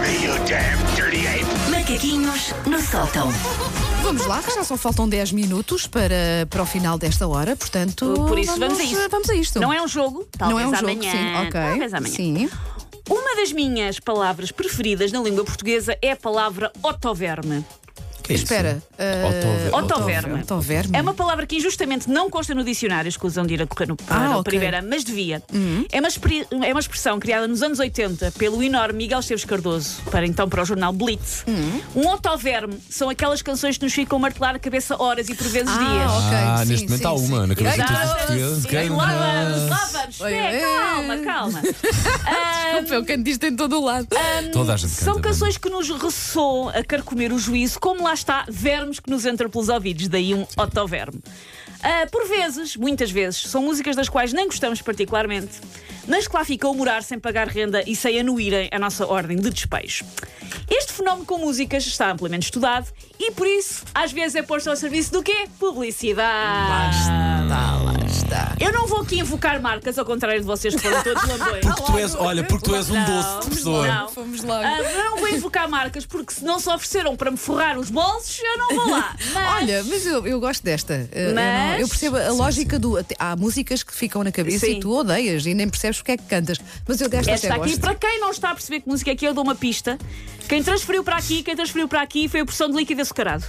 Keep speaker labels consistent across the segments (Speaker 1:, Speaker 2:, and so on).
Speaker 1: me, you damn dirty ape!
Speaker 2: Macaquinhos no sótão.
Speaker 3: Vamos lá, que já só faltam 10 minutos para, para o final desta hora, portanto.
Speaker 4: Uh, Por isso, vamos a isso.
Speaker 3: Vamos a isto.
Speaker 4: Não é um jogo,
Speaker 3: Não
Speaker 4: talvez
Speaker 3: é um jogo,
Speaker 4: amanhã.
Speaker 3: sim. Ok.
Speaker 4: Talvez amanhã.
Speaker 3: Sim.
Speaker 4: Uma das minhas palavras preferidas na língua portuguesa é a palavra otoverme.
Speaker 5: Que é isso?
Speaker 3: Espera. ah,
Speaker 5: Otover-
Speaker 4: É, Otoverme.
Speaker 3: Otoverme.
Speaker 4: É uma palavra que injustamente não consta no dicionário, exclusão de ir a correr no para
Speaker 3: Ah,
Speaker 4: o
Speaker 3: ok.
Speaker 4: Primeira, mas devia. É, uma expri- é uma expressão criada nos anos 80 pelo enorme Miguel Esteves Cardoso, para então para o jornal Blitz. Um otoverme são aquelas canções que nos ficam a martelar a cabeça horas e por vezes dias. Tá,
Speaker 3: Ah, ok.
Speaker 5: Ah,
Speaker 3: sim,
Speaker 5: neste momento
Speaker 3: sim,
Speaker 5: há uma
Speaker 3: sim.
Speaker 5: na cabeça de
Speaker 3: Exato.
Speaker 5: todos os portugueses.
Speaker 4: Lá vamos, lá vamos.
Speaker 3: Oi,
Speaker 4: Espera,
Speaker 3: oi.
Speaker 4: calma, calma. Ah,
Speaker 3: Desculpa, eu canto isto em todo o lado.
Speaker 5: Toda a gente canta. é?
Speaker 4: São
Speaker 5: bem.
Speaker 4: canções que nos ressoam a carcomer o juízo, como lá está, vermes que nos entram pelos ouvidos, daí um otoverme. Ah, por vezes, muitas vezes, são músicas das quais nem gostamos particularmente, mas que lá fica a morar sem pagar renda e sem anuírem a nossa ordem de despejo. Este fenómeno com músicas está amplamente estudado e por isso, às vezes, é posto ao serviço do quê? Publicidade.
Speaker 3: Está lá, está.
Speaker 4: Eu não vou aqui invocar marcas, ao contrário de vocês que foram todos lambões.
Speaker 5: Porque tu és, olha, porque tu és um
Speaker 4: Não,
Speaker 5: doce de
Speaker 4: vamos
Speaker 5: pessoa.
Speaker 4: lá. Não.
Speaker 3: Fomos logo.
Speaker 4: Ah, não vou invocar marcas, porque se não se ofereceram para me forrar os bolsos, eu não vou lá. Mas-
Speaker 3: Olha, mas eu, eu gosto desta. Ah, Eu, eu não-
Speaker 4: Mas-
Speaker 3: eu percebo a lógica do. até- Há músicas que ficam na cabeça
Speaker 4: Sim.
Speaker 3: e tu odeias e nem percebes o que é que cantas. Mas eu desta
Speaker 4: Esta
Speaker 3: até
Speaker 4: aqui,
Speaker 3: gosto.
Speaker 4: para quem não está a perceber que música é que eu dou uma pista. Quem transferiu para aqui, quem transferiu para aqui foi a porção de líquido açucarado.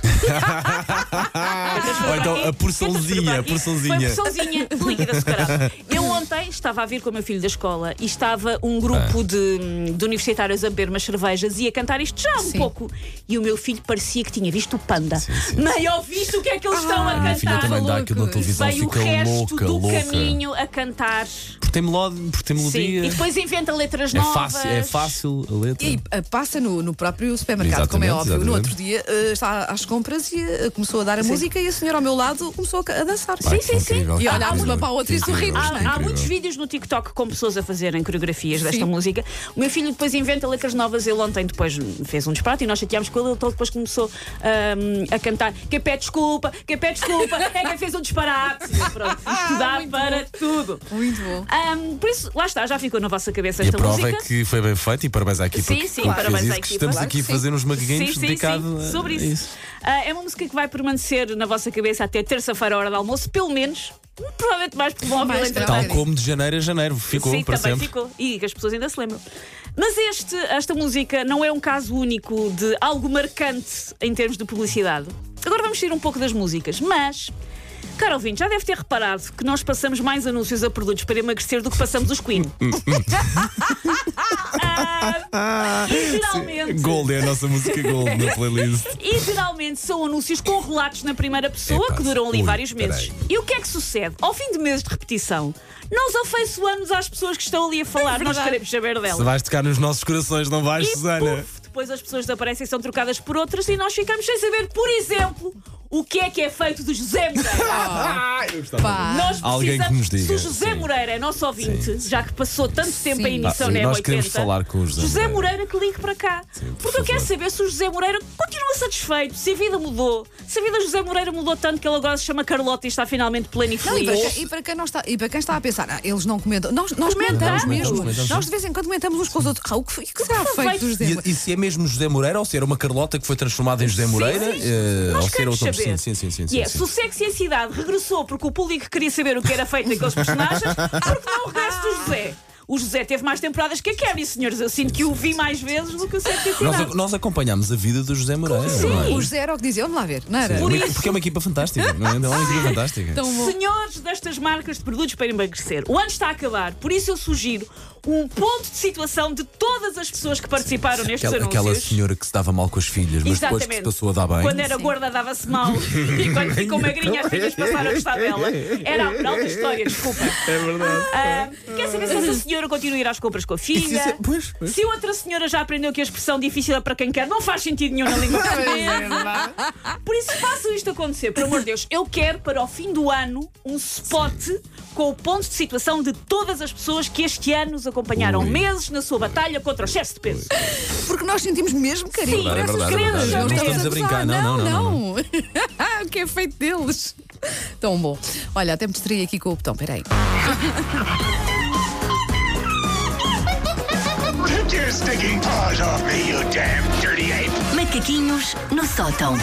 Speaker 5: Ou então a porçãozinha,
Speaker 4: Foi
Speaker 5: a porçãozinha.
Speaker 4: porçãozinha de líquido açucarado. Eu ontem estava a vir com o meu filho da escola e estava um grupo
Speaker 5: Ah.
Speaker 4: de, de universitários a beber umas cervejas e a cantar isto já um
Speaker 3: Sim.
Speaker 4: pouco. E o meu filho parecia que tinha visto o panda.
Speaker 5: sim.
Speaker 4: Nem ouviste o que é que eles estão a
Speaker 5: A minha
Speaker 4: cantar.
Speaker 5: filha também dá aquilo na
Speaker 3: maluco.
Speaker 5: televisão,
Speaker 4: Veio o
Speaker 5: fica
Speaker 4: resto
Speaker 5: louca,
Speaker 4: do
Speaker 5: louca.
Speaker 4: caminho a cantar. Sim.
Speaker 5: Porque tem melod- porque tem melodia.
Speaker 4: E depois inventa letras
Speaker 5: É
Speaker 4: novas.
Speaker 5: fácil, é fácil a letra.
Speaker 3: E aí, ah, passa no, no próprio supermercado, como é
Speaker 5: Exatamente,
Speaker 3: óbvio. No
Speaker 5: exatamente.
Speaker 3: outro dia ah, está às compras e ah, começou a dar a música e a senhora ao meu lado começou a ca- a dançar.
Speaker 5: Pá, que incrível,
Speaker 3: E
Speaker 5: que
Speaker 3: olhámos
Speaker 5: incrível,
Speaker 3: uma para a outra
Speaker 5: que
Speaker 3: e sorrimos,
Speaker 5: incrível,
Speaker 3: não
Speaker 4: Há,
Speaker 3: é?
Speaker 5: que
Speaker 4: há muitos
Speaker 5: incrível.
Speaker 4: vídeos no TikTok com pessoas a fazerem coreografias desta
Speaker 3: Sim.
Speaker 4: música. O meu filho depois inventa letras novas. Ele ontem depois fez um disparate e nós chateámos com ele. Ele depois começou hum, a cantar: Quem pede desculpa, quem pede desculpa, é quem fez um disparate. Pronto, isto dá para tudo.
Speaker 3: Ah, Muito bom.
Speaker 4: Hum, por isso, lá está, já ficou na vossa cabeça
Speaker 5: E a
Speaker 4: esta
Speaker 5: prova
Speaker 4: música.
Speaker 5: é que foi bem feito e parabéns à equipa.
Speaker 4: Sim,
Speaker 5: que,
Speaker 4: sim,
Speaker 5: que fez
Speaker 4: parabéns à
Speaker 5: isso, que
Speaker 4: equipa.
Speaker 5: estamos
Speaker 3: Claro
Speaker 5: aqui
Speaker 3: que
Speaker 5: a
Speaker 3: sim.
Speaker 5: fazer uns
Speaker 4: Sim,
Speaker 5: macaquinhos
Speaker 4: sim,
Speaker 5: dedicados
Speaker 4: sim,
Speaker 5: a-
Speaker 4: sobre
Speaker 5: a
Speaker 4: isso. Ah, é uma música que vai permanecer na vossa cabeça até terça-feira, hora do almoço, pelo menos. Provavelmente mais porque vão
Speaker 3: Mais
Speaker 4: ouvi-la entretanto.
Speaker 3: Não,
Speaker 5: Tal
Speaker 3: é
Speaker 5: como de janeiro a janeiro, ficou
Speaker 4: Sim,
Speaker 5: para
Speaker 4: também
Speaker 5: sempre.
Speaker 4: ficou. E que as pessoas ainda se lembram. Mas este, esta música não é um caso único de algo marcante em termos de publicidade. Agora vamos sair um pouco das músicas, mas. Caro ouvinte, já deve ter reparado que nós passamos mais anúncios a produtos para emagrecer do que passamos os Queen. Ah, e geralmente,
Speaker 5: Gold é a nossa música Gold na playlist.
Speaker 4: e geralmente são anúncios com relatos na primeira pessoa
Speaker 5: Epá,
Speaker 4: que duram ali
Speaker 5: ui,
Speaker 4: vários meses.
Speaker 5: peraí.
Speaker 4: E o que é que sucede? Ao fim de meses de repetição, nós afeiçoamos às pessoas que estão ali a falar, nós queremos saber
Speaker 5: Se
Speaker 4: delas.
Speaker 5: vais tocar nos nossos corações, não vais,
Speaker 4: É E,
Speaker 5: Susana?
Speaker 4: puf, depois as pessoas desaparecem e são trocadas por outras e nós ficamos sem saber, por exemplo, o que é que é feito de José Moreira.
Speaker 3: Ah, Pá.
Speaker 4: Nós
Speaker 5: Alguém que
Speaker 4: precisamos.
Speaker 5: nos diga,
Speaker 4: Se o José
Speaker 5: sim.
Speaker 4: Moreira é nosso ouvinte, já que passou tanto tempo
Speaker 3: Sim.
Speaker 4: a emissão
Speaker 5: Ah,
Speaker 4: na
Speaker 5: sim, nós
Speaker 4: M80,
Speaker 5: queremos falar com o José Moreira.
Speaker 4: Moreira que ligue para cá.
Speaker 5: por
Speaker 4: Porque eu quero
Speaker 5: favor.
Speaker 4: saber se o José Moreira continua satisfeito, se a vida mudou, se a vida do José Moreira mudou tanto que ele agora se chama Carlota e está finalmente pleno e
Speaker 3: Não, e, para,
Speaker 4: feliz.
Speaker 3: quem- e para quem não está, e para quem está a pensar, ah, eles não comentam. Nós, nós comentamos
Speaker 5: comentamos,
Speaker 3: mesmo.
Speaker 5: comentamos.
Speaker 3: Nós de vez em quando comentamos uns com os outros. Ah, o que, foi- o que será feito dos dedos?
Speaker 5: E, e se é mesmo José Moreira ou se era uma Carlota que foi transformada em José Moreira?
Speaker 4: sim.
Speaker 5: eh,
Speaker 4: Nós
Speaker 5: ou se era
Speaker 4: queremos
Speaker 5: outra
Speaker 4: saber.
Speaker 5: pessoa? Sim, sim, sim. sim,
Speaker 4: E é,
Speaker 5: sim.
Speaker 4: se o sexo e a cidade regressou porque o público queria saber o que era feito daqueles personagens, porque não o regresso do José. O José teve mais temporadas que a Carrie, senhores. Eu sinto que o vi mais vezes do que o sexo e a
Speaker 5: Nós,
Speaker 4: cidade.
Speaker 5: ac- nós acompanhámos a vida do José Moreira.
Speaker 4: sim.
Speaker 5: não é?
Speaker 3: O José era o que dizia, vamos lá ver, não era?
Speaker 5: É
Speaker 4: Por
Speaker 5: uma-
Speaker 4: isso- Então,
Speaker 5: Porque é uma equipa fantástica, não é? É uma equipa fantástica.
Speaker 3: Tão bom.
Speaker 4: Senhores destas marcas de produtos para emagrecer, o ano está a acabar, por isso eu sugiro um ponto de situação de todas as pessoas que participaram nestes
Speaker 5: aquela,
Speaker 4: anúncios.
Speaker 5: aquela senhora que se dava mal com as filhas, mas depois que se passou a dar bem.
Speaker 4: Quando era gorda dava-se mal e quando ficou magrinha as filhas passaram a gostar dela. Era a moral da história, desculpa. É verdade. quer saber se essa senhora continua a ir às compras com a
Speaker 5: E se isso é-
Speaker 4: filha?
Speaker 5: pois, pois.
Speaker 4: Se outra senhora já aprendeu que a expressão difícil é para quem quer, não faz sentido nenhum na língua
Speaker 5: é,
Speaker 4: portuguesa. Por isso, façam isto acontecer, por amor de Deus. Eu quero para o fim do ano um spot com o ponto de situação de todas as pessoas que este ano nos acompanharam
Speaker 5: Ui.
Speaker 4: meses na sua batalha contra o excesso de peso.
Speaker 3: Porque nós sentimos mesmo carinho
Speaker 4: Sim,
Speaker 3: por
Speaker 4: é
Speaker 3: essas
Speaker 5: verdade, é
Speaker 3: crianças.
Speaker 4: verdade. Não
Speaker 5: estamos a brincar,
Speaker 3: gozar.
Speaker 5: não, não, não,
Speaker 3: não. o que é feito deles? Tão bom. Olha, até me distraí aqui com o botão, peraí.
Speaker 1: Take your stinking paws off me, you damn dirty ape!
Speaker 2: Macaquinhos no sótão.